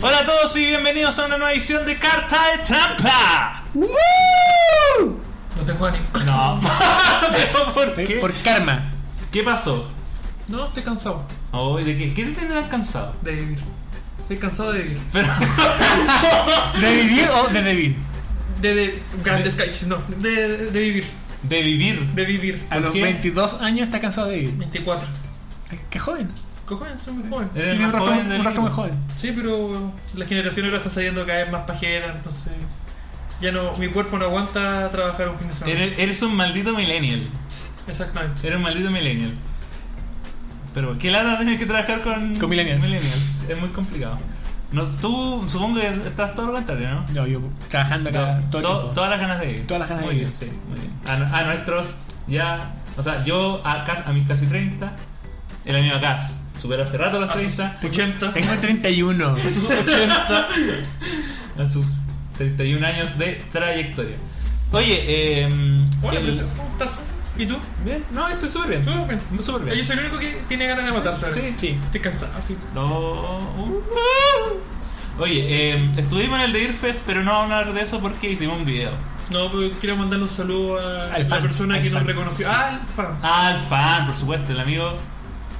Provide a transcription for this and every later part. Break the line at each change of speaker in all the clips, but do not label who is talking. Hola a todos y bienvenidos a una nueva edición de Carta de Trampa. ¡Woo!
No tengo ánimo.
No. ¿Pero por qué?
Por karma.
¿Qué pasó?
No, estoy cansado
Oh, ¿de qué? ¿Qué te tendrás cansado?
de vivir. Estoy cansado de vivir.
Pero,
¿De vivir o de vivir?
De, de grandes calles, no. De, de, de vivir.
de vivir.
De vivir.
A
¿Por
los
qué?
22 años está cansado de vivir.
24.
Qué joven.
Cojones, soy muy joven.
Eres
Tiene
más
un rastro,
joven del
un rastro muy
libro.
joven.
Sí, pero la generación ahora está saliendo cada vez más pajera, entonces. Ya no, mi cuerpo no aguanta trabajar un fin de semana.
Eres, eres un maldito millennial.
Exactamente.
Eres un maldito millennial. Pero qué lata tener que trabajar con,
Con millennials.
millennials? Es muy complicado. No, tú supongo que estás todo lo contrario, ¿no?
No, yo trabajando acá todo el
To-
tiempo.
todas las ganas de vivir.
Todas las ganas
Muy
de
bien,
vivir.
sí, muy bien. A, a nuestros ya. O sea, yo a, ca- a mis casi 30, el año acá, superó hace rato
Ah,
los 30,
80.
Tengo 31.
a sus 80, a sus 31 años de trayectoria. Oye, eh.
Hola,
el-
profesor, ¿cómo estás? ¿Y tú?
bien, no, estoy súper bien.
¿Tú, bien?
Muy Súper bien.
Yo soy el único que tiene ganas de matarse. ahora.
Sí,
Sí.
Estoy cansado, así.
No. uh. Oye, eh, estuvimos en el de Irfest, pero no vamos a hablar de eso porque hicimos un video.
No, pero quiero mandarle un saludo a
Al
la
fan,
persona
al
que nos
fan.
reconoció.
Sí.
Al fan.
Al Ah, fan, por supuesto, el amigo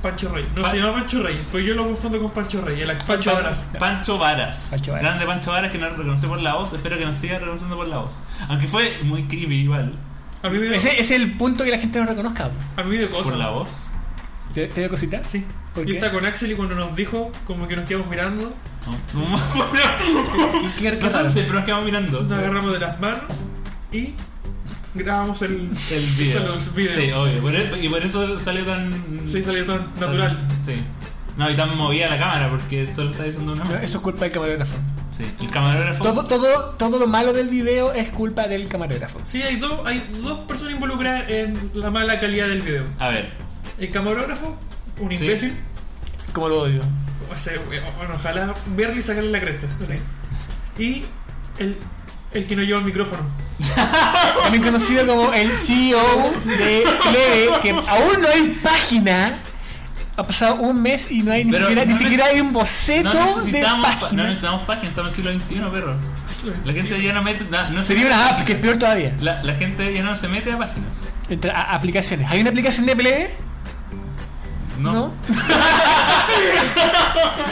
Pancho Rey. No
Pa-
se llama Pancho Rey, pues yo lo confundo con Pancho Rey, el actor
Pancho
Pancho
Varas. Pancho Varas.
Pancho Varas.
Grande Pancho Varas que nos reconoce por la voz. Espero que nos siga reconociendo por la voz. Aunque fue muy creepy igual.
A mí me dio,
Ese ese es el punto que la gente no reconozca.
a mí me dio cosa.
Por la voz.
¿Te, te dio cositas?
Sí.
¿Por
Yo
qué?
estaba con Axel y cuando nos dijo, como que nos quedamos mirando,
No, no me acuerdo.
¿Qué, qué, qué
No
raro?
sé, pero nos quedamos mirando.
nos agarramos de las manos y grabamos el.
El video.
Solo el video.
Sí, obvio. Por e- y por eso salió tan.
Sí, salió tan
tan-
natural.
Sí. No, y tan movida la cámara porque solo está diciendo una.
No, eso es culpa del camarógrafo.
Sí, el camarógrafo.
Todo, todo, todo lo malo del video es culpa del camarógrafo.
Sí, hay, dos hay dos personas involucradas en la mala calidad del video:
A ver.
el camarógrafo, un
Sí.
imbécil.
Como lo odio.
O sea, bueno, ojalá verle y sacarle la cresta. Sí. Y el, el que no lleva el micrófono.
También conocido como el CEO de Cleve, que aún no hay página. Ha pasado un mes y no hay ni
Pero
siquiera, ni
no
siquiera hay un boceto
No
de
necesitamos, pa- no
página.
necesitamos página, estamos en el siglo XXI, perro. La gente ya no mete. na- No, se-
Sería una app, que es peor todavía.
La, la gente ya no se mete a páginas.
Entra- a- aplicaciones. ¿Hay una aplicación de Plebe?
No.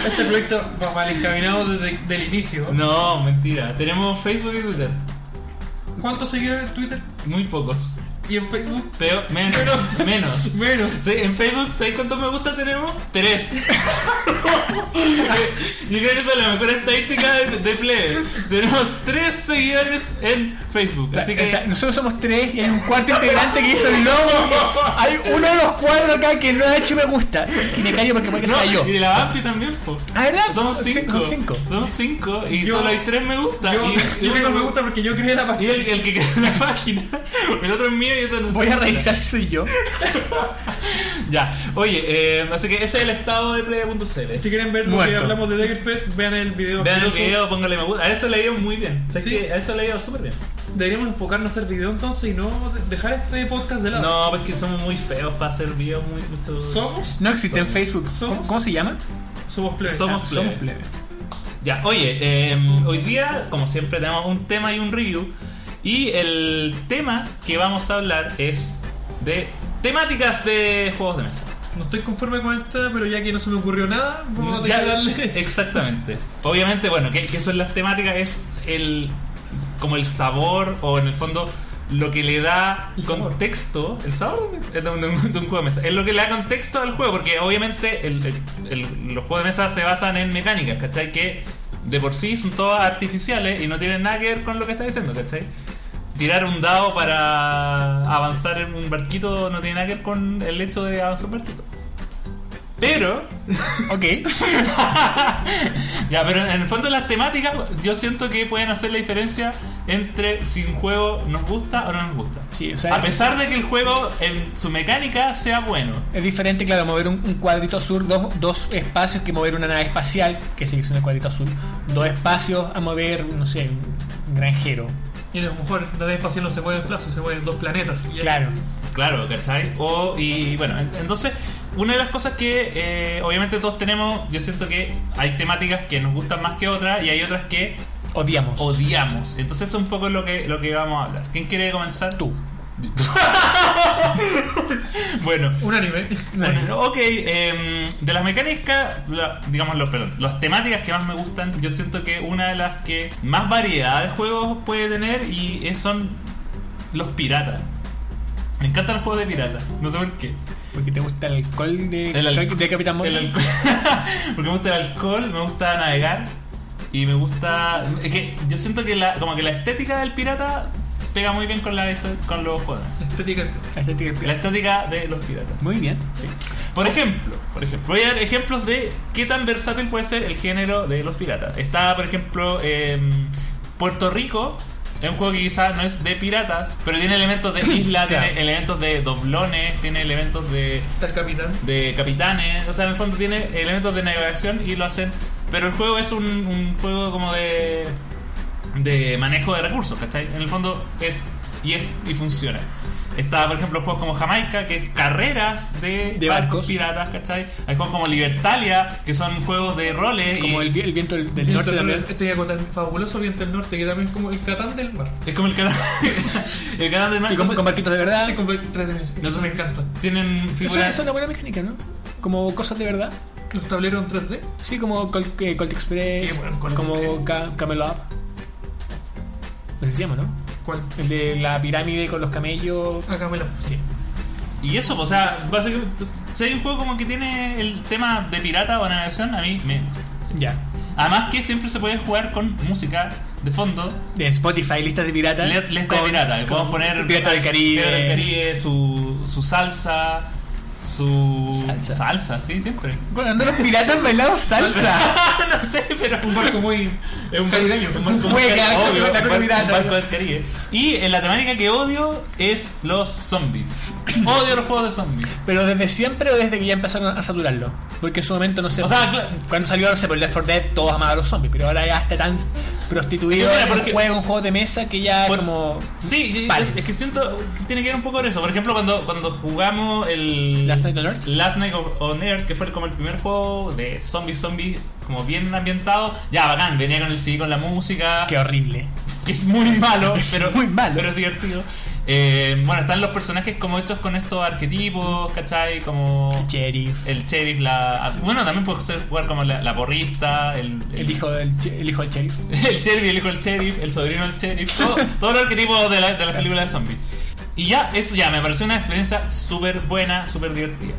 Este proyecto va mal encaminado desde el inicio.
No, mentira. Tenemos Facebook y Twitter.
¿Cuántos seguidores en Twitter?
Muy pocos.
¿Y en Facebook?
Pero menos.
Menos.
menos.
Menos.
Sí, en Facebook, ¿sabes cuántos me gusta tenemos? Tres. Yo creo que esa es la mejor estadística de, de plebe. Tenemos tres seguidores en Facebook. Así que.
O sea, nosotros somos tres y hay un cuarto integrante que hizo el logo. Hay uno de los cuadros acá que no ha hecho me gusta. Y me callo porque puede que
no,
sea yo.
y de la Bampi también, po.
Ah, ¿verdad?
Somos
Sí,
cinco.
somos cinco.
Somos cinco y
Yo-
solo hay tres me gusta.
Yo,
y,
yo tengo el me gusta porque yo creé la
y
página.
el, el que queda en la página. El otro es mío y otro no
Voy
sé.
a revisar si soy yo.
Ya, oye, eh, así que ese es el estado de
Si
playa.cl.
quieren ver lo que
Muerto.
hablamos de Daggerfest, vean el video.
Vean el
asqueroso.
video, póngale me gusta. A eso le ha ido muy bien. O sea,
Sí.
que a eso le ha ido súper bien.
Deberíamos enfocarnos en hacer video entonces y no de- dejar este podcast de lado.
No, porque somos muy feos para hacer videos muy mucho.
Somos,
No existe en Facebook. ¿Cómo,
Somos-
cómo se llama?
somos plebes.
Somos
Ah,
plebe. Ya, oye, eh, hoy día, como siempre, tenemos un tema y un review. Y el tema que vamos a hablar es de temáticas de juegos de mesa.
No estoy conforme con esta, pero ya que no se me ocurrió nada, vamos a
Ya,
tener que darle.
Exactamente. Obviamente, bueno, que, que eso en las temáticas es el como el sabor o en el fondo lo que le da
El sabor.
contexto, el sabor de, de un, de un- de un juego de mesa, es lo que le da contexto al juego, porque obviamente el- el- el- los juegos de mesa se basan en mecánicas, ¿cachai? Que de por sí son todas artificiales y no tienen nada que ver con lo que está diciendo, ¿cachai? Tirar un dado para avanzar en un barquito no tiene nada que ver con el hecho de avanzar un barquito. Pero
Ok.
ya, pero en el fondo las temáticas yo siento que pueden hacer la diferencia entre si un juego nos gusta o no nos gusta.
Sí, o sea-
a pesar de que el juego en su mecánica sea bueno.
Es diferente, claro, mover un, un cuadrito azul, dos, dos espacios, que mover una nave espacial, que sigue siendo el cuadrito azul. Dos espacios a mover, no sé, un granjero.
Y a lo mejor la nave espacial no se mueve en plazo, se mueve en dos planetas. Y-
Claro.
Claro, ¿cachai? O, y bueno, en- entonces una de las cosas que eh, obviamente todos tenemos, yo siento que hay temáticas que nos gustan más que otras y hay otras que
Odiamos.
odiamos. Entonces eso es un poco lo que, lo que vamos a hablar. ¿Quién quiere comenzar?
Tú.
bueno,
Un anime.
bueno, ok, em, de las mecánicas, la- digamos, los, perdón, las temáticas que más me gustan, yo siento que una de las que más variedad de juegos puede tener y es- son los piratas. Me encantan los juegos de piratas, no sé por qué.
Porque te gusta el alcohol de,
El alcohol.
de Capitán Morgan.
El alcohol. Porque me gusta el alcohol, me gusta navegar y me gusta. Es que yo siento que la, como que la estética del pirata pega muy bien con, la, esto- con los juegos.
Estética.
La estética del
La
pirata.
estética de los piratas.
Muy bien.
Sí. Por ejemplo, por ejemplo, voy a dar ejemplos de qué tan versátil puede ser el género de los piratas. Está, por ejemplo, em, Puerto Rico. Es un juego que quizás no es de piratas, pero tiene elementos de isla,
Claro.
tiene elementos de doblones, tiene elementos de
Está el capitán.
de capitanes, o sea, en el fondo tiene elementos de navegación y lo hacen. Pero el juego es un, un juego como de de manejo de recursos, ¿cachai? En el fondo es y es y funciona. Está, por ejemplo, juegos como Jamaica, que es carreras de,
De barcos.
piratas, ¿cachai? Hay juegos como Libertalia, que son juegos de roles.
Como
y
el, vi- el viento del, del
Viento
norte
del
también.
Norte, Este Yakutan, fabuloso viento del norte, que también es como el Catán del mar.
Es como el canal, el canal de mar.
Y con,
Entonces,
con barquitos de verdad.
Así como el tres dimensiones.
No sé.
Eso me encanta.
Tienen
Eso
figuras.
es una buena mecánica, ¿no? Como cosas de verdad.
Los tableros en 3D.
Sí, como Col- eh, Colt Express,
Qué bueno, Colt
como
Express.
Ca- Camelot. Lo decíamos, ¿no?
¿Cuál? Ah,
El de la pirámide con los camellos.
Acá me la
Sí.
Y eso, pues, o sea, básicamente, si hay un juego como que tiene el tema de pirata o navegación, a mí me gusta.
Ya.
Además que siempre se puede jugar con música de fondo.
De Spotify, listas de piratas.
Le- Lista de
Con-
pirata. que
con
Podemos poner
Pirata del Caribe.
Pirata del Caribe, su, su salsa, su
Salsa.
sí, siempre.
Cuando los piratas bailaban salsa.
no sé, pero
Un barco muy.
es un
Caribeño.
un barco-
Juega,
obvio,
con
un
la
barco-
pirata.
un barco del Caribe. Y en la temática que odio es los zombies. odio los juegos de zombies.
Pero desde siempre o desde que ya empezaron a saturarlo. Porque en su momento no sé.
O sea, cla-
cuando salió, no sé, por Left 4 Dead, todos amaban a los zombies. Pero ahora ya está tan prostituido
Mira,
en un
porque-
juego, un juego de mesa que ya
Por-
como.
Sí, y-
Vale.
es que siento que tiene que ver un poco con eso. Por ejemplo, cuando, cuando jugamos el
Last Night on Earth.
Last Night on Earth, que fue como el primer juego de zombie zombie, como bien ambientado, ya bacán, venía con el CD con la música,
Qué horrible.
que es muy malo,
Es
pero,
muy malo.
pero es divertido. Eh, bueno, están los personajes como hechos con estos arquetipos, ¿cachai? Como
Sheriff.
el sheriff, la... Bueno, también puedes jugar como la, la porrista, el,
El hijo del, che- el hijo del sheriff.
el sheriff, el hijo del sheriff, el sobrino del sheriff, todo, todo el arquetipo de la, de la película de zombies. Y ya, eso ya, me pareció una experiencia súper buena, súper divertida.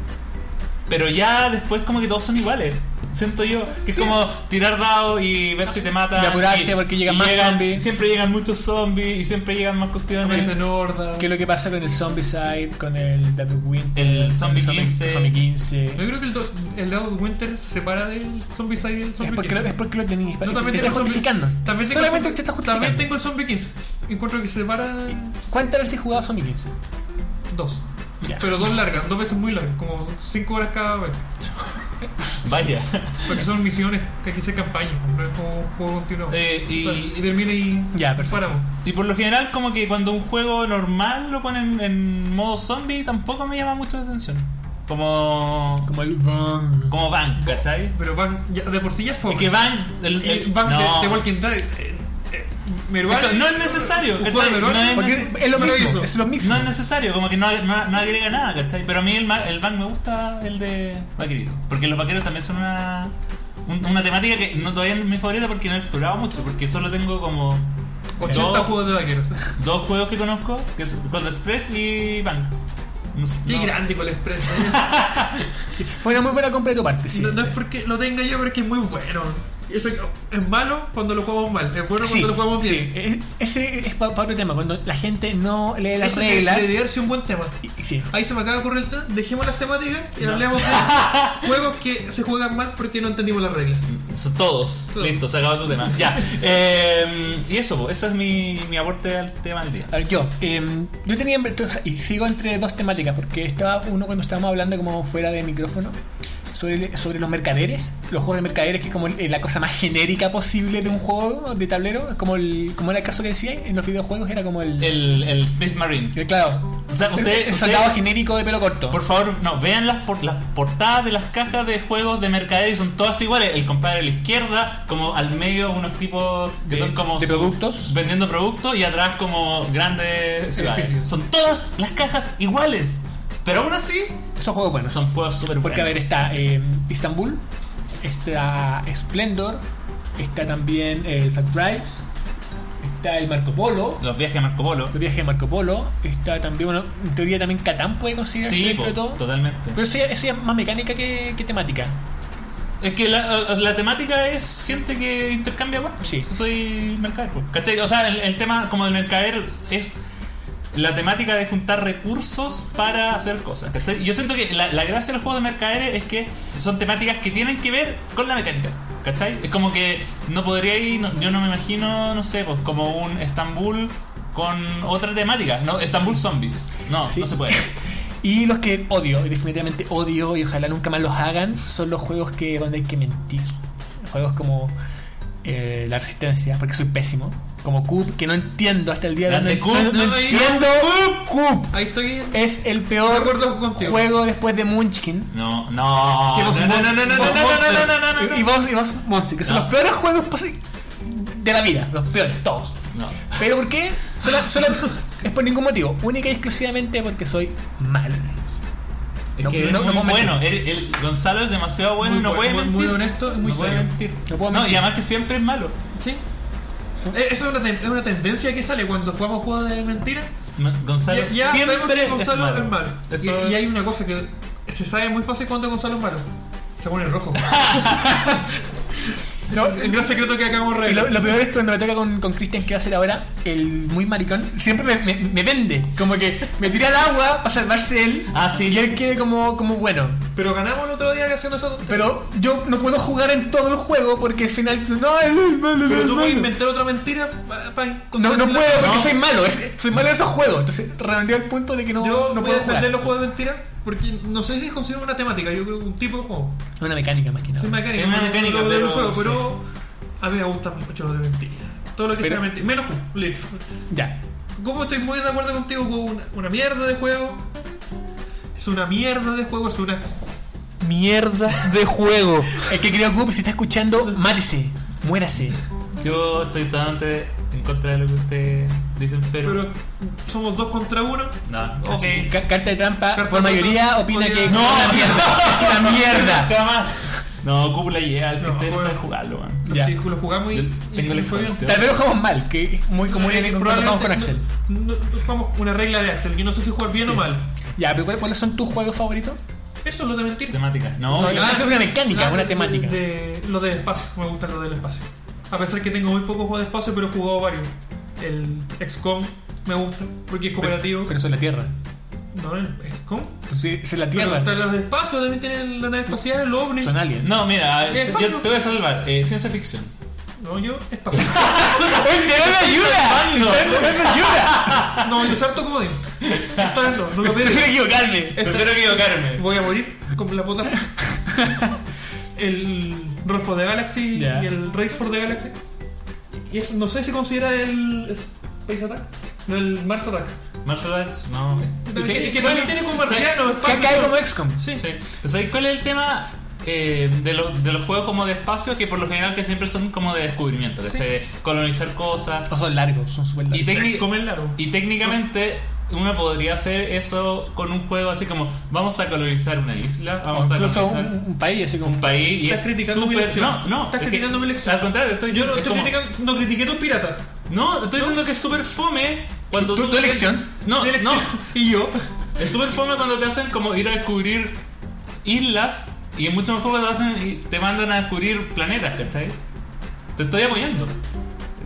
Pero ya después como que todos son iguales. Siento yo que es como tirar dados y ver si te matan.
Y apurarse
y-
porque llegan
y
más zombies.
Siempre llegan muchos zombies y siempre llegan más cuestiones.
Aparecen hordas.
¿Qué es lo que pasa con el Zombicide, con el David Winter?
El Zombie
Zombie
15.
Zombie 15.
Yo creo que el, dos, el lado de Winter se separa del Zombicide y del
Es
Zombie
porque,
15.
lo- es porque lo
No,
tenéis. te
también
estás
tengo el zombie-
justificando.
También tengo el
Solamente
zombie-
te estás
También
justificando.
tengo el Zombie 15. Encuentro que se separa
¿Cuántas veces he jugado Zombie 15?
dos.
Ya.
Pero dos largas, dos veces muy largas, como cinco horas cada vez.
Vaya.
Porque son misiones que aquí se campaña, no es como un juego continuo.
Eh, y-
O sea, termina y
Ya, perfecto.
paramos.
Y por lo general como que cuando un juego normal lo ponen en modo zombie tampoco me llama mucho la atención. Como...
Como el. Como
Como van, ¿cachai?
Pero van, ya, de por sí ya es fome.
Y que van. El,
Y
el-
van
no.
de, de Walking Dead. eh, eh, Meruane-
Esto no es necesario,
Un
¿cachai?
juego de Meruane,
No es
porque
neces-
es lo
no lo
mismo.
hizo.
Es lo mismo.
No es necesario, como que no, no, no agrega nada, ¿cachai? Pero a mí el, ma- el van me gusta el de vaquerito. Porque los vaqueros también son una. un- una temática que no, todavía no es mi favorita porque no he explorado mucho, porque solo tengo como
80
dos,
juegos de vaqueros.
dos juegos que conozco, que es Cold Express y Bank. No sé-
Qué
no.
grande con el Express.
Fue una muy buena compra de tu parte, sí.
no, no es porque lo tenga yo, pero es que es muy bueno. Eso es malo cuando lo jugamos mal, es bueno cuando
Sí,
lo jugamos bien.
sí. E- Ese es para otro tema, cuando la gente no lee las
Eso de-
reglas.
De, darse un buen tema.
y- sí.
Ahí se me acaba de ocurrir el tema. Dejemos las temáticas y hablemos de juegos que se juegan mal porque no entendimos las reglas.
So- Todos.
Todos.
Listo, se acabó tu tema. Ya. Eh, y eso, po, eso es mi, mi aporte al tema del día.
A ver, yo, em, yo tenía, entonces, y sigo entre dos temáticas, porque estaba uno cuando estábamos hablando como fuera de micrófono, sobre, sobre los mercaderes. Los juegos de mercaderes, que es como eh, la cosa más genérica posible de un juego de tablero. Como, el, como era el caso que decía en los videojuegos, era como el.
El, el Space Marine.
el- claro.
O sea, usted-
el soldado
usted-
genérico de pelo corto.
Por favor, no, vean las, por- las portadas de las cajas de juegos de mercadería y son todas iguales. El compadre a la izquierda, como al medio unos tipos que
De-
son como...
de
su-
productos.
Vendiendo productos y atrás como grandes ciudades.
Edificios.
Son todas las cajas iguales. Pero aún así,
Son juegos buenos.
son juegos súper
Porque a
buenos.
ver, está eh, Istanbul, está Splendor, está también eh, el Fat Drives, está el Marco Polo,
Los viajes a Marco Polo.
el viaje de Marco Polo, está también, bueno, en teoría también Catán puede considerarse
Sí,
dentro
po,
de todo.
totalmente.
Pero eso ya, eso ya es más mecánica que, que temática.
Es que la, la temática es gente que intercambia cosas.
Sí.
Soy mercader. pues, ¿Cachai? O sea, el, el tema como del mercader es la temática de juntar recursos para hacer cosas. ¿Cachai? Yo siento que la, la gracia de los juegos de mercaderes es que son temáticas que tienen que ver con la mecánica. ¿Cachai? Es como que no podría ir, no- yo no me imagino, no sé, pues como un Estambul con otra temática. No, Estambul Zombies. No,
Sí.
no se puede.
Y los que odio, y definitivamente odio y ojalá nunca más los hagan, son los juegos que donde hay que mentir. Juegos como eh, La Resistencia, porque soy pésimo. Como Cube, que no entiendo hasta el día de hoy. No,
Grande
entiendo-
Cube,
no
no me digas.
entiendo Cube.
Ahí estoy.
Es el
De
peor
acuerdo contigo.
juego después de Munchkin.
No, no.
Que
No,
los
no, no,
mon-
no, no, no, no,
los
no, no, no, no, no.
Y vos, y vos, Monster, que son
No.
los peores juegos posi- de la vida. Los peores, todos.
No.
¿Pero por qué? Solo, solo- es por ningún motivo. Única y exclusivamente porque soy malo.
Es
No,
que
no,
es
no
muy
puedo mentir.
bueno. El, el Gonzalo es demasiado bueno
Muy
y no
bueno,
puede
muy-
mentir.
muy honesto y muy
no puede
serio.
mentir.
No
No,
puedo mentir.
y además que siempre es malo.
Sí. Eh, Eso es una, ten- es una tendencia que sale cuando jugamos juegos de mentira.
Ma- Gonzalo
Ya, ya sabemos
siempre
que Gonzalo es malo. Y,
Eso-
y hay una cosa que se sabe muy fácil cuando Gonzalo es malo. Se pone rojo.
No,
el gran secreto que acabamos de
Y lo,
revelar.
lo peor es cuando me toca con, con Christian que va a ser ahora el muy maricón. Siempre me, me- me vende. Como que me tira al agua para salvarse él.
Ah, sí.
Y él quede como, como bueno.
Pero ganamos el otro día haciendo eso.
Pero yo no puedo jugar en todo el juego porque al final. No, es muy malo, es
Pero tú
malo.
puedes inventar otra mentira pa- pa-
No, no puedo porque
No.
soy malo. es- Soy malo en esos juegos. Entonces redondeo el punto de que no,
Yo
no
voy a
puedo
defender
jugar.
los juegos de mentira porque no sé si considero una temática. Yo creo que un tipo de juego.
Es una mecánica más que nada.
Soy mecánica.
Es una
no- no
mecánica,
lo veo en
pero
un juego,
sí.
pero a mí me gusta mucho lo de mentira. Todo lo que
Pero-
sea mentira. Menos tú, listo.
Ya.
Como estoy muy de acuerdo contigo, Hugo, una, una mierda de juego. Es una mierda de juego, es una.
Mierda de juego. El que creó Goop, si está escuchando, mátese. Muérase.
Yo estoy totalmente en contra de lo que ustedes dicen, pero.
Pero somos dos contra uno.
no,
Ok.
así-
Ca- Carta de trampa,
Carta
por
de
mayoría
trampa.
opina
Oye,
que
no.
es una mierda. Es una mierda.
Jamás. No, cúpula y al que
No,
ustedes no
bueno.
saben jugarlo, man.
Ya.
Si lo jugamos y.
Yo tengo
y
la
fue bien.
expansión.
Tal vez lo jugamos mal, que es muy común en
Eh,
el cuando jugamos con Axel.
No, no- jugamos una regla de Axel, que no sé si jugar bien o mal.
Ya, pero ¿cuál- ¿cuáles son tus juegos favoritos?
Eso es lo de mentir.
Temática. No,
No,
yo-
eso es una mecánica, una
de-
temática.
de- lo del espacio, me gusta lo del espacio. A pesar que tengo muy pocos juegos de espacio, pero he jugado varios. El XCOM me gusta, porque es cooperativo.
Pero eso es la Tierra.
no, el XCOM.
Pues sí, esa es la
Pero
Tierra.
está los espacios, también tienen la nave espacial, el ovni.
Son aliens.
no, mira,
¿Qué
yo te
espacio?
voy a salvar. Eh, ciencia ficción.
No, yo espacio.
¡Oye, te doy ayuda!
salvando.
¡Te doy ayuda!
no, yo salto como digo. Esto es no, no lo veo.
Prefiero equivocarme.
Prefiero equivocarme.
Voy a morir con la bota. el Roll for the Galaxy
Ya.
y el Race for the Galaxy. Y es, no sé si considera el Space Attack. No, el Mars Attack.
Marcel Dykes, no.
Que,
Sí.
que
Bueno,
también tiene como
sí.
marciano,
Que
espacio.
cae como XCOM.
Sí.
Sí. Pues, ¿Sabéis cuál es el tema eh, de, lo- de los juegos como de espacio? Que por lo general que siempre son como de descubrimiento,
Sí.
¿cachai? de colonizar cosas.
Estos son largos, son súper
Y,
largos.
técnic-
Es como el largo.
y técnicamente uno podría hacer eso con un juego así como vamos a colonizar una isla, vamos a
O Ah, incluso
colonizar
un,
un,
un país así como
país y
Estás
es
criticando mi
súper-
elección.
No, no. es
Estás
que-
criticando mi elección.
Al contrario, estoy
Yo
diciendo,
no,
es
estoy
como-
criticando- no critiqué tus piratas.
no, estoy diciendo que es súper fome cuando
¿Tu- tu
tienes-
elección?
No,
Mi elección.
no,
Y yo.
Es súper fome cuando te hacen como ir a descubrir islas y en muchos juegos te hacen y te mandan a descubrir planetas, ¿cachai? Te estoy apoyando.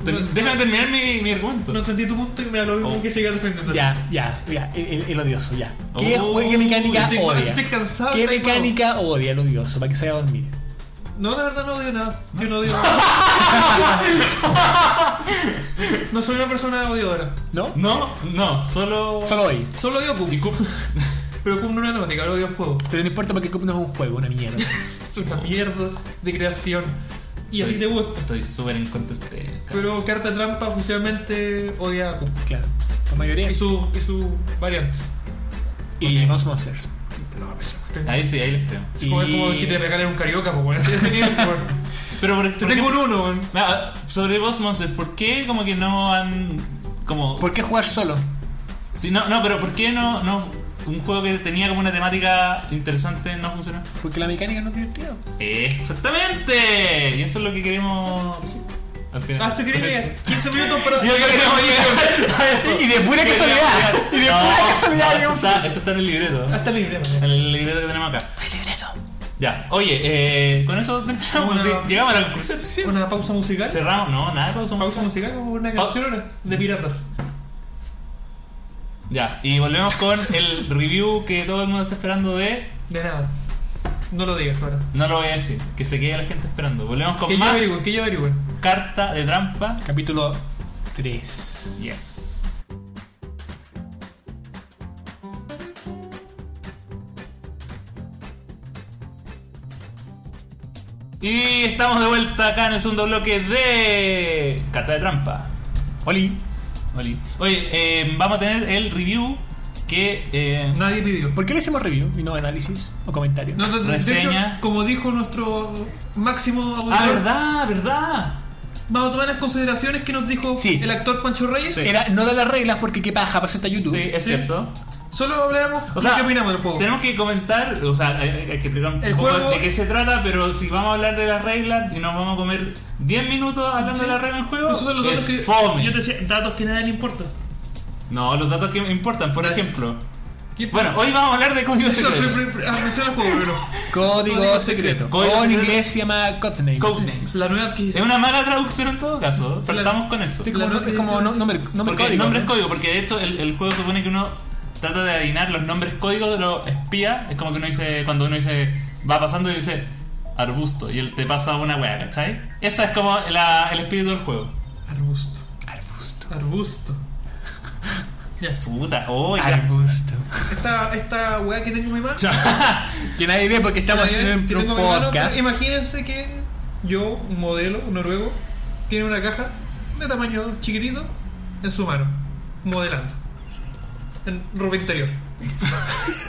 Te-
No, no.
déjame terminar mi, mi argumento.
No entendí tu punto y me da lo mismo
Oh.
que sigas defendiendo.
Ya, ya, ya, el, el- el odioso, ya. ¿Qué,
Oh,
jue- qué mecánica
estoy-
odia?
estoy cansado,
¿Qué
estoy
mecánica odia el odioso para que se vaya a dormir?
No, la verdad no odio nada. Yo no odio nada. no soy una persona odiadora.
¿No?
No, no, solo.
Solo hoy.
Solo odio
Y
Cup.
cu-
Pero Cum no es una temática, ahora odio el juego.
Pero no importa porque Coop no es un juego, una mierda.
Es una mierda de creación. Y a ti te
Estoy-
gusta.
Estoy súper en contra de ustedes.
Pero Carta Trampa oficialmente odia a Cum.
claro. La mayoría.
Y sus y sus variantes.
Y Mouse Monsters.
No, pues, esa cuestión.
Ahí sí, ahí les creo.
Es como, es como
Y-
que te regalen un carioca, pues, bueno, ese ese nivel, po, bueno.
Pero por,
Te
por
tengo un
ejemplo,
uno, weón.
ah, sobre Boss Monster, ¿por qué como que no han como
¿Por qué jugar solo?
Sí, no, no, pero ¿por qué no, no un juego que tenía como una temática interesante no funcionó?
Porque la mecánica no es divertida.
Exactamente. Y eso es lo que queremos decir al final.
Ah, se cree que 15 minutos para.
Y yo creo que no llegaron a eso.
Y de pura
Quería-
casualidad. Y de
No,
pura casualidad
no,
llegó
esto,
un-
está, esto está en el libreto.
Hasta el libre,
En
weón.
el libreto que tenemos acá.
El libreto.
Ya. Oye, eh, con eso terminamos.
Una-
sí, Llegamos a la conclusión. sí.
Una pausa musical.
Cerramos. No, nada, pausa.
Pausa musical como una
Pa-
canción ahora, de piratas.
Ya. Y volvemos con el review que todo el mundo está esperando de.
De nada. No lo digas ahora.
No lo voy a decir. Que se quede la gente esperando. Volvemos con
Que yo
más
averigüe, que yo averigüe.
carta de trampa.
Capítulo 3.
Yes. Y estamos de vuelta acá en el segundo bloque de Carta de Trampa. Oli. Oli. Oye, eh, vamos a tener el review que... eh,
Nadie pidió.
¿Por qué le hicimos review y no análisis o comentario?
No, no, de
Reseña.
hecho, como dijo nuestro máximo auditor,
Ah, verdad, verdad.
vamos a tomar las consideraciones que nos dijo
Sí.
el actor Pancho Reyes.
Sí.
Era no da las reglas porque qué paja, pasó esta YouTube.
Sí, es
Sí.
cierto.
Solo hablamos
O sea,
qué opinamos del juego.
Tenemos que comentar, o sea, hay, hay que explicar un
El
poco
juego-
de qué se trata, pero si vamos a hablar de las reglas y nos vamos a comer 10 minutos hablando de las reglas del juego,
Esos son los
es
datos que
fome.
yo te decía, datos que a nadie le importa.
No, los datos que me importan, por ejemplo.
¿Qué-
Bueno, hoy vamos a hablar de código
Eso,
secreto.
pre- pre- ah, menciona el juego primero.
Código,
Código secreto.
secreto.
Código
o en
secreto.
inglés se llama Codename.
Codenames.
La nueva
Es
adquisición.
una mala traducción en todo caso, partamos con eso.
La
Sí, como, no-
nueva
es como no,
edición.
nombre, nombre
Porque el
código.
nombre
¿no?
es código, porque de hecho el, el juego supone que uno trata de adivinar los nombres códigos de los espías. Es como que uno dice, cuando uno dice, va pasando y dice arbusto, y él te pasa una wea, ¿cachai? Esa es como la- el espíritu del juego.
Arbusto.
Arbusto.
Arbusto. ya.
Puta, oh, ya.
Arbusto.
Esta, esta weá que tengo en mi mano.
Que nadie ve porque estamos
que
haciendo
pues, tengo
un
en mi mano,
podcast.
pero imagínense que yo, un modelo, un noruego, tiene una caja de tamaño chiquitito en su mano, modelando. En ropa interior.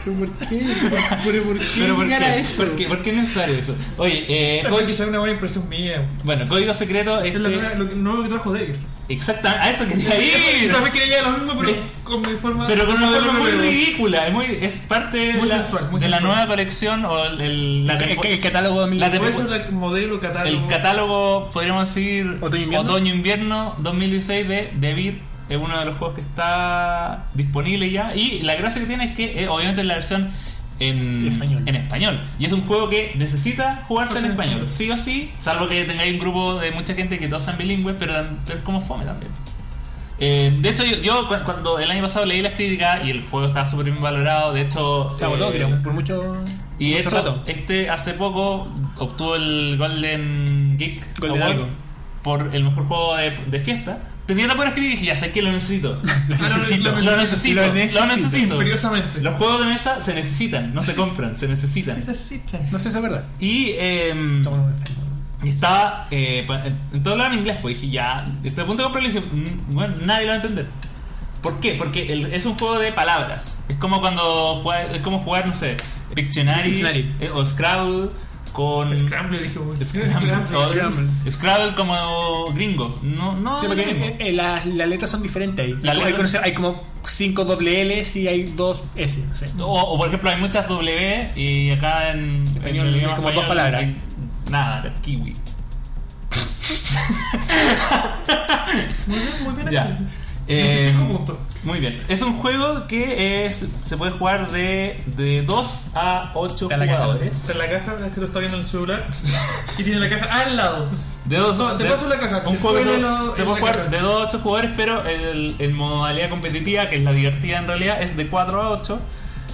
¿Por qué? ¿Por, por
Pero ¿por qué? ¿Por qué? ¿Por qué es necesario eso? Oye, eh,
Puede que sea una buena impresión mía.
bueno, código secreto,
Es la
este,
nueva- lo que- nuevo que trajo David.
exactamente, a eso quería
Yo
ir.
también quería llegar a lo mismo, pero
De-
con mi forma
Pero con una
modelo
forma muy
noruego.
ridícula, es, muy, es parte
Muy
de, la-
sensual, muy
de la
sensual.
nueva colección o el, el- la
El,
tempo-
el catálogo 2016.
Por eso es la- modelo catálogo.
El catálogo, podríamos decir,
Otoño-invierno.
otoño-invierno 2016 de Devir. Es uno de los juegos que está disponible ya. Y la gracia que tiene es que, eh, obviamente, es la versión en
Español.
en español. Y es un juego que necesita jugarse
O sea,
en español, sí o sí. Salvo que tengáis un grupo de mucha gente que todos sean bilingües, pero tam- es como fome también. Eh, de hecho, yo, yo cu- cuando el año pasado leí las críticas y el juego estaba súper bien valorado, de hecho...
Chavo,
eh,
todo creo. Por mucho.
y
mucho
esto,
rato.
este hace poco obtuvo el Golden Geek
Golden
Award
algo.
por el mejor juego de, de fiesta. Tenía tan buenas críticas y dije, ya sé que lo necesito.
Lo
Ah, no,
necesito.
lo-
lo necesito.
Lo
Lo necesito.
necesito.
Imperiosamente.
Los juegos de mesa se necesitan, no se compran, se necesitan.
Necesitan.
No sé, eso es verdad.
Y em,
Somos unos enfermos.
y estaba eh, pa- en todo lado en inglés, pues dije, ya, estoy a punto de comprarlo y dije, "Mm, bueno, nadie lo va a entender. ¿Por qué? Porque el- es un juego de palabras. Es como cuando juega- es como jugar, no sé, Pictionary,
Pictionary.
eh, o Scrabble con
Scramble, dije, weón.
Scrabble, o-
Scrabble.
Scrabble como gringo. No, no.
Sí,
no
porque
es lo
eh,
mismo.
eh, las, las letras son diferentes ahí.
Las
hay,
letras-
conocer- hay como 5 doble L's y hay 2 S. No sé.
o, o, por ejemplo hay muchas W y acá en
Español,
en el idioma
como dos
español
palabras.
hay Nada, de kiwi.
Muy bien, muy bien.
Ya.
Axel.
Eh,
25 puntos.
Muy bien. Es un juego que es, se puede jugar de, de 2 a 8
Está en la caja.
jugadores.
Está en la caja, es que lo está viendo en el celular. y tiene la caja al lado.
De dos,
No, te
de-
paso la caja,
Un
Axel.
juego que se,
Pónelo
se
en
puede
la
jugar
caja.
de 2 a 8 jugadores, pero el- en modalidad competitiva, que es la divertida en realidad, es de 4 a 8.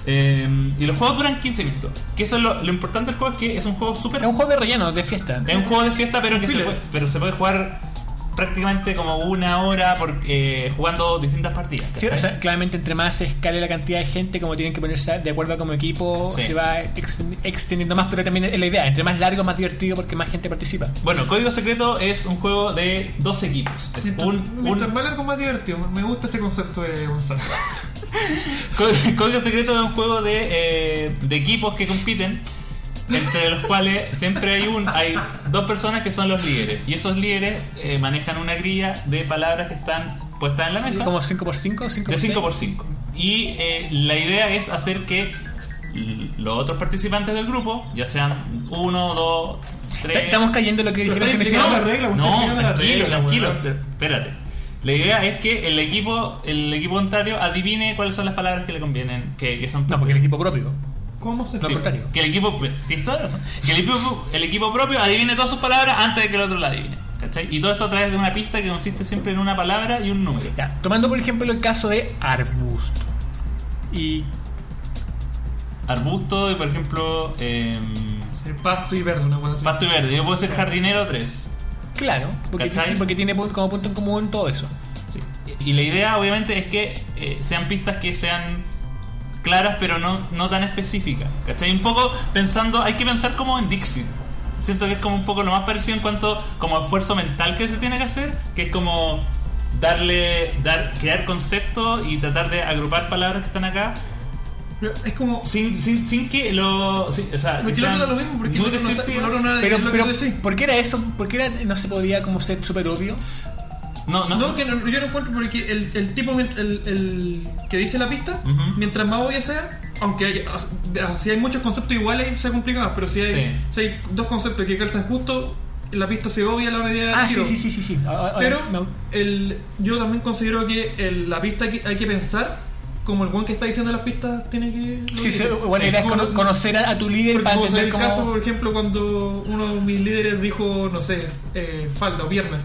Eh, y los juegos duran 15 minutos. Que eso es lo, lo importante del juego es que es un juego súper.
Es un juego de relleno, de fiesta.
Es un juego de fiesta, pero que se
Filler.
puede, pero se puede jugar prácticamente como una hora por, eh, jugando distintas partidas.
Sí, o
¿cachai?
sea, claramente entre más se escale la cantidad de gente, como tienen que ponerse de acuerdo como equipo,
Sí.
se va ex- extendiendo más, pero también es la idea, entre más largo, más divertido porque más gente participa.
Bueno, Código Secreto es un juego de dos equipos. Es
Mientras,
un,
mientras
un-
más largo, más divertido. Me gusta ese concepto de Gonzalo.
Código- Código Secreto es un juego de, eh, de equipos que compiten, entre los cuales siempre hay un hay dos personas que son los líderes. Y esos líderes eh, manejan una grilla de palabras que están puestas en la mesa.
Como 5x5, 5
De 5x5. Y eh, la idea es hacer que l- los otros participantes del grupo, ya sean uno, dos, tres.
Estamos cayendo en lo que dijeron que
Estoy
no
explicando la
hicieron.
regla, weón.
No,
Estoy explicando la
tranquilo,
regla,
tranquilo.
weón.
Espérate. La idea es que el equipo, el equipo contrario adivine cuáles son las palabras que le convienen, que, que son
No, porque el equipo propio.
¿Cómo se
No,
Sí,
explica?
contrario.
que el equipo tienes toda la razón. Que el equipo, el equipo propio adivine todas sus palabras antes de que el otro la adivine. ¿Cachai? Y todo esto a través de una pista que consiste siempre en una palabra y un número.
Ya, tomando por ejemplo el caso de arbusto. Y
Arbusto y por ejemplo em,
El pasto y verde, una cosa así.
Pasto y verde, yo puedo ser jardinero 3.
claro, porque,
¿Cachai?
tiene- porque tiene pu- como punto en común todo eso.
Y la idea obviamente es que eh, sean pistas que sean claras pero no, no tan específicas. ¿Cachai? Un poco pensando, hay que pensar como en Dixit. Siento que es como un poco lo más parecido en cuanto como esfuerzo mental que se tiene que hacer, que es como darle, dar, crear conceptos y tratar de agrupar palabras que están acá
Pero Es como.
sin, sin, sin que lo... sin- o sea, que
Me quiero
sean
da lo mismo porque
muy
no, no,
descriptivas.
no, no, no,
Pero,
Ah, es lo que
pero
yo decía.
¿por qué era eso? ¿Por qué era- no se podía como ser súper obvio?
No, no.
No, que no- yo no encuentro porque el, el tipo mient- el, el que dice la pista,
Ujú.
mientras más obvia sea, aunque hay- ah, si hay muchos conceptos iguales se complica más, pero si hay,
Sí.
si hay dos conceptos que calzan justo, la pista se obvia a la medida del
Ah, sí,
tiro.
sí, sí, sí, sí. Ah, ah,
Pero
me-
el, yo también considero que el- la pista que hay que pensar como el buen que está diciendo las pistas tiene que...
Sí, sí, bueno,
Sí,
la idea es
como-
cono- conocer a, a tu líder
Porque
para
como se ve
entender
el
cómo...
caso, por ejemplo, cuando uno de mis líderes dijo, no sé, eh, falda o pierna.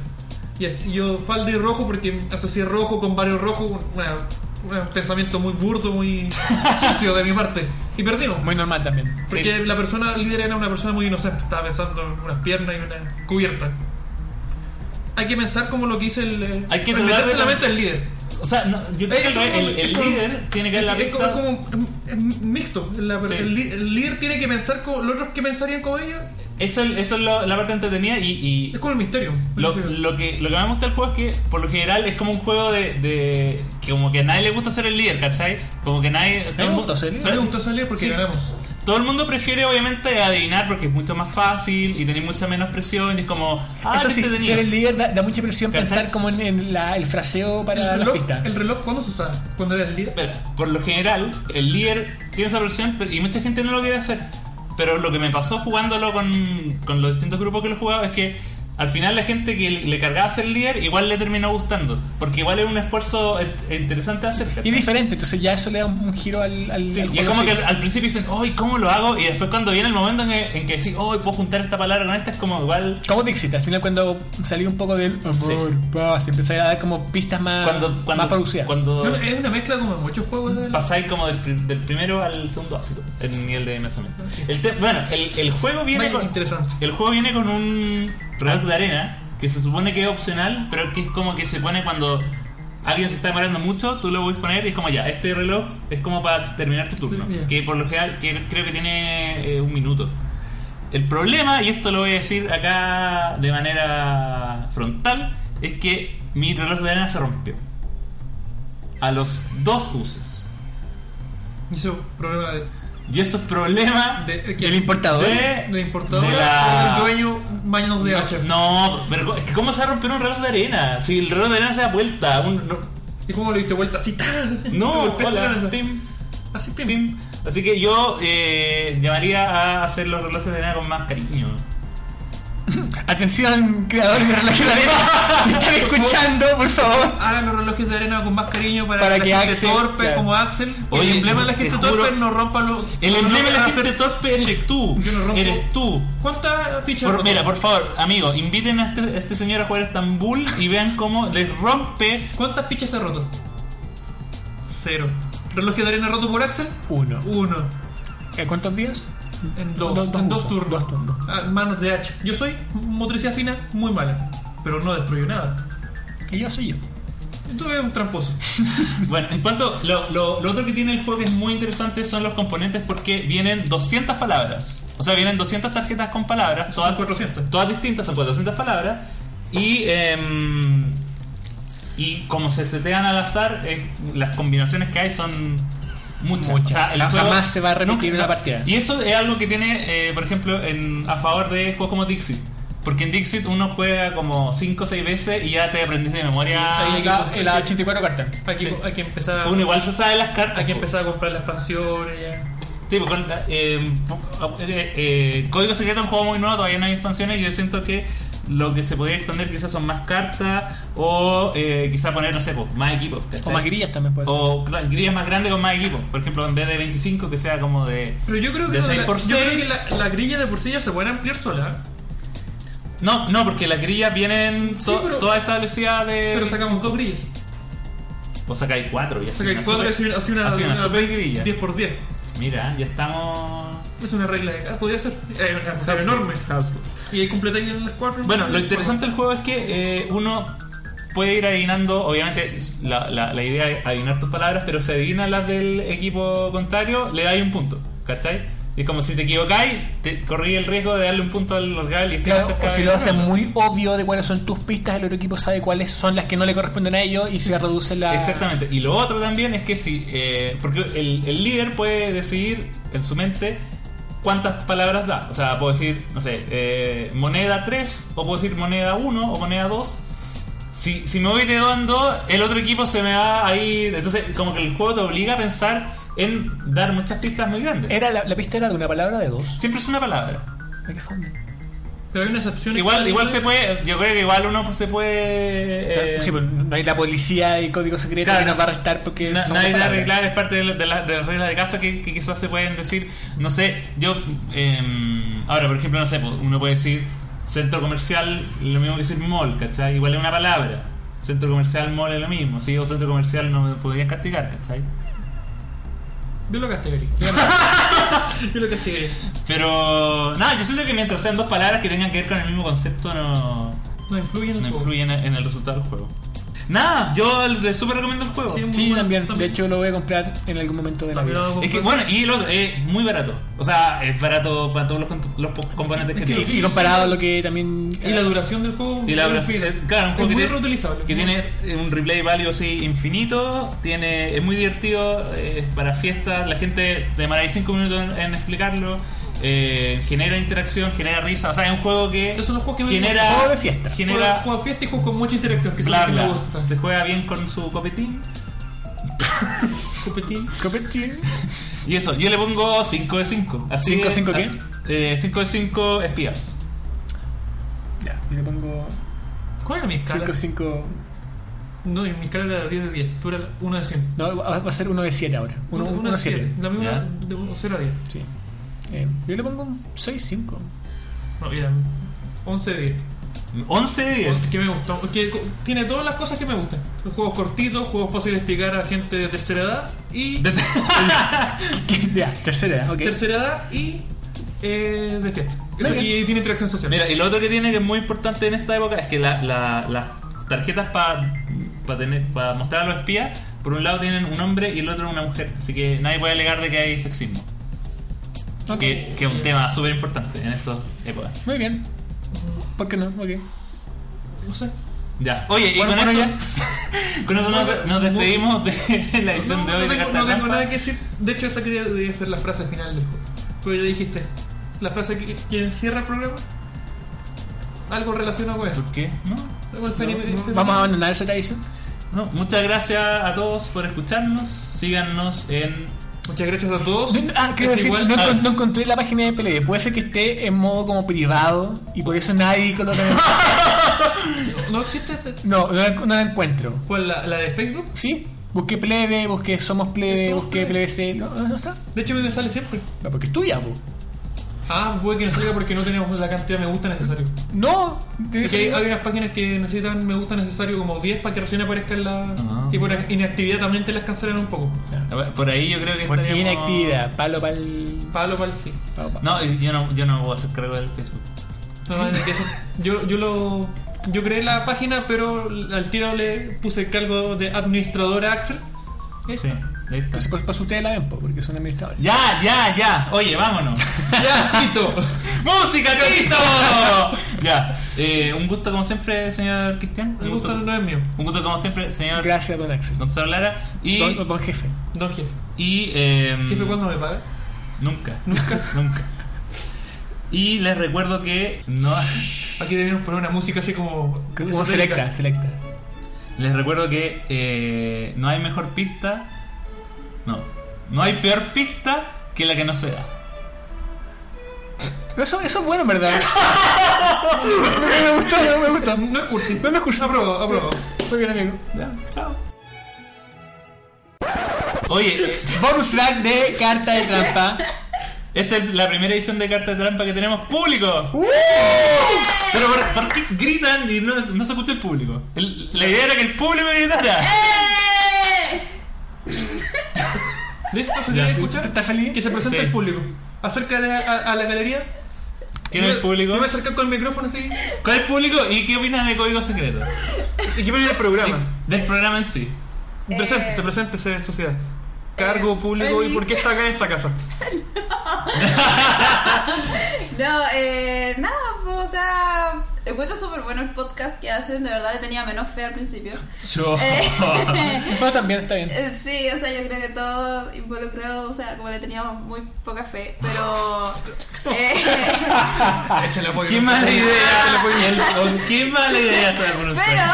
Y es- y yo falda y rojo porque asocié rojo con varios rojos, una- un pensamiento muy burdo, muy sucio de mi parte. Y perdimos.
Muy normal también.
Porque la persona líder era una persona muy inocente, estaba pensando en unas piernas y una cubierta. Hay que pensar como lo que dice el... eh,
Hay que
meterse
tratar de-
en la mente del líder.
O sea, no, yo creo
Es-
que
es
el,
como-
el
es como-
líder tiene que dar la
es,
pista.
como- es como es mixto. La-
Sí.
el, li- el líder tiene que pensar como los otros que pensarían como ellos.
Eso, eso es lo- la parte entretenida y, y
Es como el misterio.
lo,
Me refiero.
lo que, lo que más me gusta del juego es que por lo general es como un juego de, de- que como que a nadie le gusta ser el líder, ¿cachai? Como que nadie... todo el
gusta
mundo-
ser líder.
No le gustó salir porque
Sí.
ganamos.
Todo el mundo prefiere obviamente adivinar porque es mucho más fácil y tenéis mucha menos presión y es como... Ah,
eso
qué
sí,
entretenido.
ser el líder da, da mucha impresión
¿Cachai?
pensar como en, en la- el fraseo para
El
la
reloj,
pista.
el reloj, ¿cuándo se usaba? ¿Cuándo era el líder?
Espera, por lo general, el líder tiene esa presión pero- y mucha gente no lo quiere hacer. Pero lo que me pasó jugándolo con, con los distintos grupos que lo jugaba es que al final la gente que le cargaba ser líder igual le terminó gustando. Porque igual es un esfuerzo eh, interesante de hacer.
Y diferente, entonces ya eso le da un, un giro al, al,
Sí,
al
y es
juego,
como
sí.
que al, al principio dicen, ¡ay, cómo lo hago! Y después cuando viene el momento en que, en que decís, ¡ay, puedo juntar esta palabra con esta! Es como igual.
Como Dixit, al final cuando salí un poco del amor, paz, empecé a dar como pistas más,
Cuando,
más
cuando,
producidas.
cuando
eh.
No, es una mezcla como de muchos juegos. de-
pasáis como del, pri- del primero al segundo ácido, el nivel de envenenamiento. El te- bueno, el, el juego viene
Muy
con.
interesante.
El juego viene con un reloj de arena que se supone que es opcional, pero que es como que se pone cuando alguien se está demorando mucho, tú lo puedes poner y es como ya, este reloj es como para terminar tu turno.
Sí, ya.
que por lo general que creo que tiene eh, un minuto. El problema, y esto lo voy a decir acá de manera frontal, es que mi reloj de arena se rompió. A los dos usos.
Y eso, problema de,
Y eso es problema
de, eh, que-
el importador.
de-
del importador.
de la-
El dueño mañanos de hacha.
No, pero es que ¿cómo se va a romper un reloj de arena? Si el reloj de arena se da vuelta. un- no,
¿Y cómo lo diste vuelta? Así tal.
no,
Golpeaste
hola,
la mesa.
pim,
Así pim.
pim. Así que yo eh, llamaría a hacer los relojes de arena con más cariño.
Atención, creadores de reloj de arena, si están escuchando, por favor.
Hagan los relojes de arena con más cariño para,
Para
la
que
gente
Axel-
torpe
claro.
como Axel. Y
Oye,
el emblema de la gente
te juro-
torpe no rompa los.
El
no
emblema de la
rompa
gente
hacer-
torpe eres
Check.
tú.
Yo no rompo.
Eres tú.
¿Cuántas fichas
Por-
rotas?
mira, por favor, amigos, inviten a este, a este señor a jugar a Estambul y vean cómo les rompe.
¿Cuántas fichas se ha roto? Cero. ¿Reloj de arena roto por Axel?
Uno.
Uno.
¿En cuántos días?
En dos.
Dos- dos
en dos
usos,
turnos.
dos turnos.
Ah, manos de hacha. Yo soy motricidad fina muy mala. pero no destruyó nada.
Y yo soy yo.
Tú eres un tramposo.
Bueno, en cuanto lo, lo- lo otro que tiene el juego que es muy interesante son los componentes porque vienen 200 palabras. O sea, vienen 200 tarjetas con palabras, todas
Son 400.
todas distintas, son 400 palabras. Y em, y como se setean al azar, eh, las combinaciones que hay son muchas.
Muchas.
O sea, el
Jamás
juego-
se va a repetir
nunca-
una partida.
Y eso es algo que tiene, eh, por ejemplo, en- a favor de juegos como Dixit. Porque en Dixit uno juega como 5 o 6 veces y ya te aprendes de memoria.
Sí, sí,
Ah, La, la 84 cartas.
Hay que,
Sí.
hay que empezar.
Uno igual se sabe las cartas.
Hay que
po.
empezar a comprar las expansiones ya.
Sí, porque eh, eh, eh, Código Secreto es un juego muy nuevo, todavía no hay expansiones. Yo siento que lo que se podría extender quizás son más cartas o eh, quizás poner, no sé, pues, más equipos. ¿cachai?
O más grillas también puede ser.
O cla- grillas más grandes con más equipos. Por ejemplo, en vez de 25, que sea como de.
Pero yo creo que,
De
con
seis
la,
por
yo
seis.
creo que la, la grilla de por sí ya se pueden ampliar sola. ¿eh?
No, no, porque las grillas vienen
Sí,
to-
pero-
todas establecidas de.
Pero sacamos dos grillas.
O sacáis cuatro y así.
Saca
una
cuatro y así
super-
una, así una,
así una
una
super grilla.
10 por 10.
Mira, ya estamos.
Es una regla de casa, podría ser. Eh, una cosa enorme. Y ahí completáis en las cuatro.
Bueno, lo interesante del juego es que eh, uno puede ir adivinando, obviamente es- la, la- la idea es adivinar tus palabras, pero si adivinas las del equipo contrario, le dais un punto, ¿cachai? Y es como si te equivocáis, te corrí el riesgo de darle un punto al rival y esté más
Claro,
cerca
o si
de
lo hacen
ganarlo.
muy obvio de cuáles son tus pistas, el otro equipo sabe cuáles son las que no le corresponden a ellos y se reduce la.
Exactamente. Y lo otro también es que si. eh, porque el, el líder puede decidir en su mente cuántas palabras da. O sea, puedo decir, no sé, eh, moneda 3, o puedo decir moneda 1 o moneda 2. Si, si me voy de 2 en 2, el otro equipo se me va a ir. Entonces, como que el juego te obliga a pensar en dar muchas pistas muy grandes.
Era la, la pista era de una palabra o de dos.
Siempre es una palabra.
Ay, qué fome.
Pero hay una excepción.
Igual, igual se puede. Yo creo que igual uno se puede. eh,
Sí, pues, no hay la policía y código secreto
Claro.
que nos va a restar porque.
Na-
somos
nadie de
palabras.
arreglar es parte de, la- de la- de las reglas de casa que, que quizás se pueden decir. No sé, yo. em, ahora, por ejemplo, no sé, pues, uno puede decir centro comercial, lo mismo que decir mall, ¿cachai? Igual es una palabra. Centro comercial, mall es lo mismo. Si digo centro comercial, no me podrían castigar, ¿cachai?
Yo lo castigaría. Yo lo castigaría.
Pero. Nada, yo siento que mientras sean dos palabras que tengan que ver con el mismo concepto, no.
No influye en el
No
juego.
influyen en, en el resultado del juego. Nada, yo le súper recomiendo el juego.
Sí,
Sí,
Muy bueno,
también. De
también.
hecho, lo voy a comprar en algún momento de la
También lo
vida.
hago
Es que
con-
bueno, y lo- es muy barato. O sea, es barato para todos los, cont- los po- componentes que
que-
tiene.
Y comparado a lo que también. eh,
Y la duración del juego.
Y la
es
verdad, sí,
infinita.
claro, un juego
es
que
muy
tiene-
reutilizable.
Que tiene un replay value así infinito, tiene, es muy divertido, eh, es para fiestas, la gente demora 5 minutos en, en explicarlo, eh, genera interacción, genera risa, o sea, es un juego que
Esos son los juegos que venden.
genera...
Juego de fiesta.
Genera...
Juego a fiesta y juego con mucha interacción. Que es
bla,
lo que me
bla.
gusta.
Se juega bien con su copetín.
Copetín.
Competir.
Y eso, yo le pongo 5 de 5.
¿Cinco de cinco qué?
5 Eh, de 5 espías.
Ya, yo le pongo
¿Cuál era mi escala?
5-5.
No, mi escala era de 10 de 10. Tú eras 1 de 100.
No, va va a ser 1 de 7 ahora. 1 de 7.
La misma
Ya.
de 0 a 10.
Sí. Eh, yo le pongo un 6-5.
No, mira, 11 de 10.
11 de 10.
Es que me gustó. es que co- tiene todas las cosas que me gustan. Los juegos cortitos, juegos fáciles de explicar a gente de tercera edad y.
De-
ya, tercera edad, ok.
tercera edad y. Eh, de fiesta. Eso,
Muy bien.
y tiene interacción social.
Mira, y lo otro que tiene que es muy importante en esta época es que la- la- las tarjetas para tener para mostrar a los espías, por un lado tienen un hombre y el otro una mujer. Así que nadie puede alegar de que hay sexismo.
Ok.
Que, que es un tema súper importante en estas épocas.
Muy bien. ¿Por qué no? Ok.
No sé.
Ya. Oye, y
Bueno,
con,
bueno,
eso, con eso nos, nos despedimos de la
No,
edición
no,
de hoy
no
de
tengo,
Carta
no
de Trampa.
tengo nada que decir. De hecho, esa quería debía ser la frase final del juego. Pero ya dijiste. La frase que, que encierra el programa. Algo relacionado con eso.
¿Por qué? No.
Algo el femi- el femi-
Vamos a abandonar esa tradición.
No, muchas gracias a todos por escucharnos. Síganos en.
Muchas gracias a todos.
No, Ah, quiero
Es
decir,
igual-
no,
a ver.
no encontré la página de PLD. Puede ser que esté en modo como privado y por eso nadie coloca.
¿No existe este-
No, no la, no la encuentro.
¿Cuál? La, la de Facebook?
¿Sí? Busqué plebe, busqué somos plebe,
Somos
busqué
Plebe.
plebc. No, no está.
De hecho, a mí me sale siempre.
No, porque es tuya, po.
Ah, puede que no salga porque no tenemos la cantidad de me gusta necesario.
No, te-
Es que hay, hay unas páginas que necesitan me gusta necesario como 10 para que recién aparezcan las.
Ah.
y por inactividad también te las cancelan un poco.
Por ahí yo creo que
Por
estaríamos-
inactividad, palo pal.
Palo pal sí.
palo, pal.
No, yo no, yo no me voy a hacer cargo del Facebook.
No, no, es que eso- yo, yo lo. yo creé la página, pero al tiro le puse el cargo de administrador a Axel. ¿Eh?
Sí, ahí está.
Pues, pues, pues ustedes la ven, po, porque son administradores.
Ya, ya, ya. Oye, vámonos.
Ya, Tito.
¡Música, Cristo! ya. eh, un gusto como siempre, señor Cristian.
El gusto no es mío.
un gusto como siempre, señor
Gracias, don Axel.
Gonzalo Lara. Y.
Don, don jefe.
Don jefe.
y eh,
¿Jefe cuándo me paga?
Nunca.
Nunca.
Nunca. Y les recuerdo que no
Aquí deberíamos poner una música así como.
Como selecta, selecta.
les recuerdo que eh, no hay mejor pista. No. No hay peor pista que la que no se da.
Pero eso, eso es bueno, en ¿verdad? me, me gustó, me, me gustó.
No es cursi.
No me curso.
Apruebo, apruebo.
Muy bien, amigo.
Ya, chao. Oye, eh,
Bonus track de carta de trampa.
esta es la primera edición de Carta de Trampa que tenemos público.
¡Uh!
Pero ¿por, por qué gritan y no, no se escucha el público? El- la idea era que el público gritara. Ya.
¿Listo? ¿Se quiere
¿Estás
escuchar?
estás feliz?
Que se presente
Sí.
el público. Acércate a, a la galería.
¿Quién es el
Yo-
público?
Yo me acercar con el micrófono así.
¿Cuál es el público y qué opinan de Código Secreto?
¿Y qué viene el programa?
Del programa en sí.
Preséntese, preséntese, sociedad. Cargo público y por qué está acá en esta casa.
No, eh, nada, pues, o sea, encuentro súper bueno el podcast que hacen, de verdad le tenía menos fe al principio.
Yo.
Eh,
Nosotros también, está bien.
eh, sí, o sea, yo creo que todos involucrados, o sea, como le teníamos muy poca fe, pero... eh,
Ese la puedo-
Qué mala idea. El- qué mala idea está con ustedes.
Pero,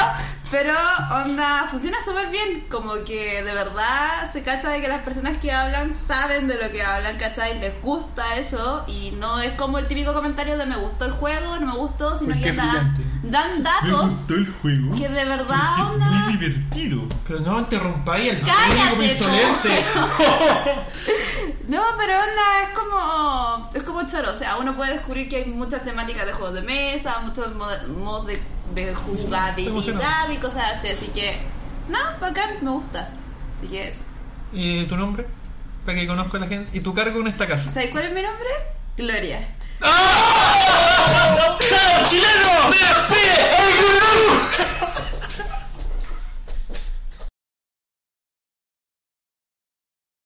pero, onda, funciona súper bien. Como que de verdad se cacha de que las personas que hablan saben de lo que hablan, ¿cachai? Les gusta eso. Y no es como el típico comentario de me gustó el juego, no me gustó, sino
Porque
que
es
dan,
brillante.
dan datos
el juego.
que de verdad, onda.
divertido.
Pero no interrumpáis al
Cállate,
público insolente.
No, pero onda, es como. Es como choro. O sea, uno puede descubrir que hay muchas temáticas de juegos de mesa, muchos mod- modos de, de jugabilidad
emocionado.
y cosas así. Así que, no, bacán, me gusta. Así que eso.
¿Y Eh, tu nombre? Para que conozca a la gente. ¿Y tu cargo en esta casa?
¿Sabes cuál es mi nombre? Gloria.
¡Chao, chileno! ¡Se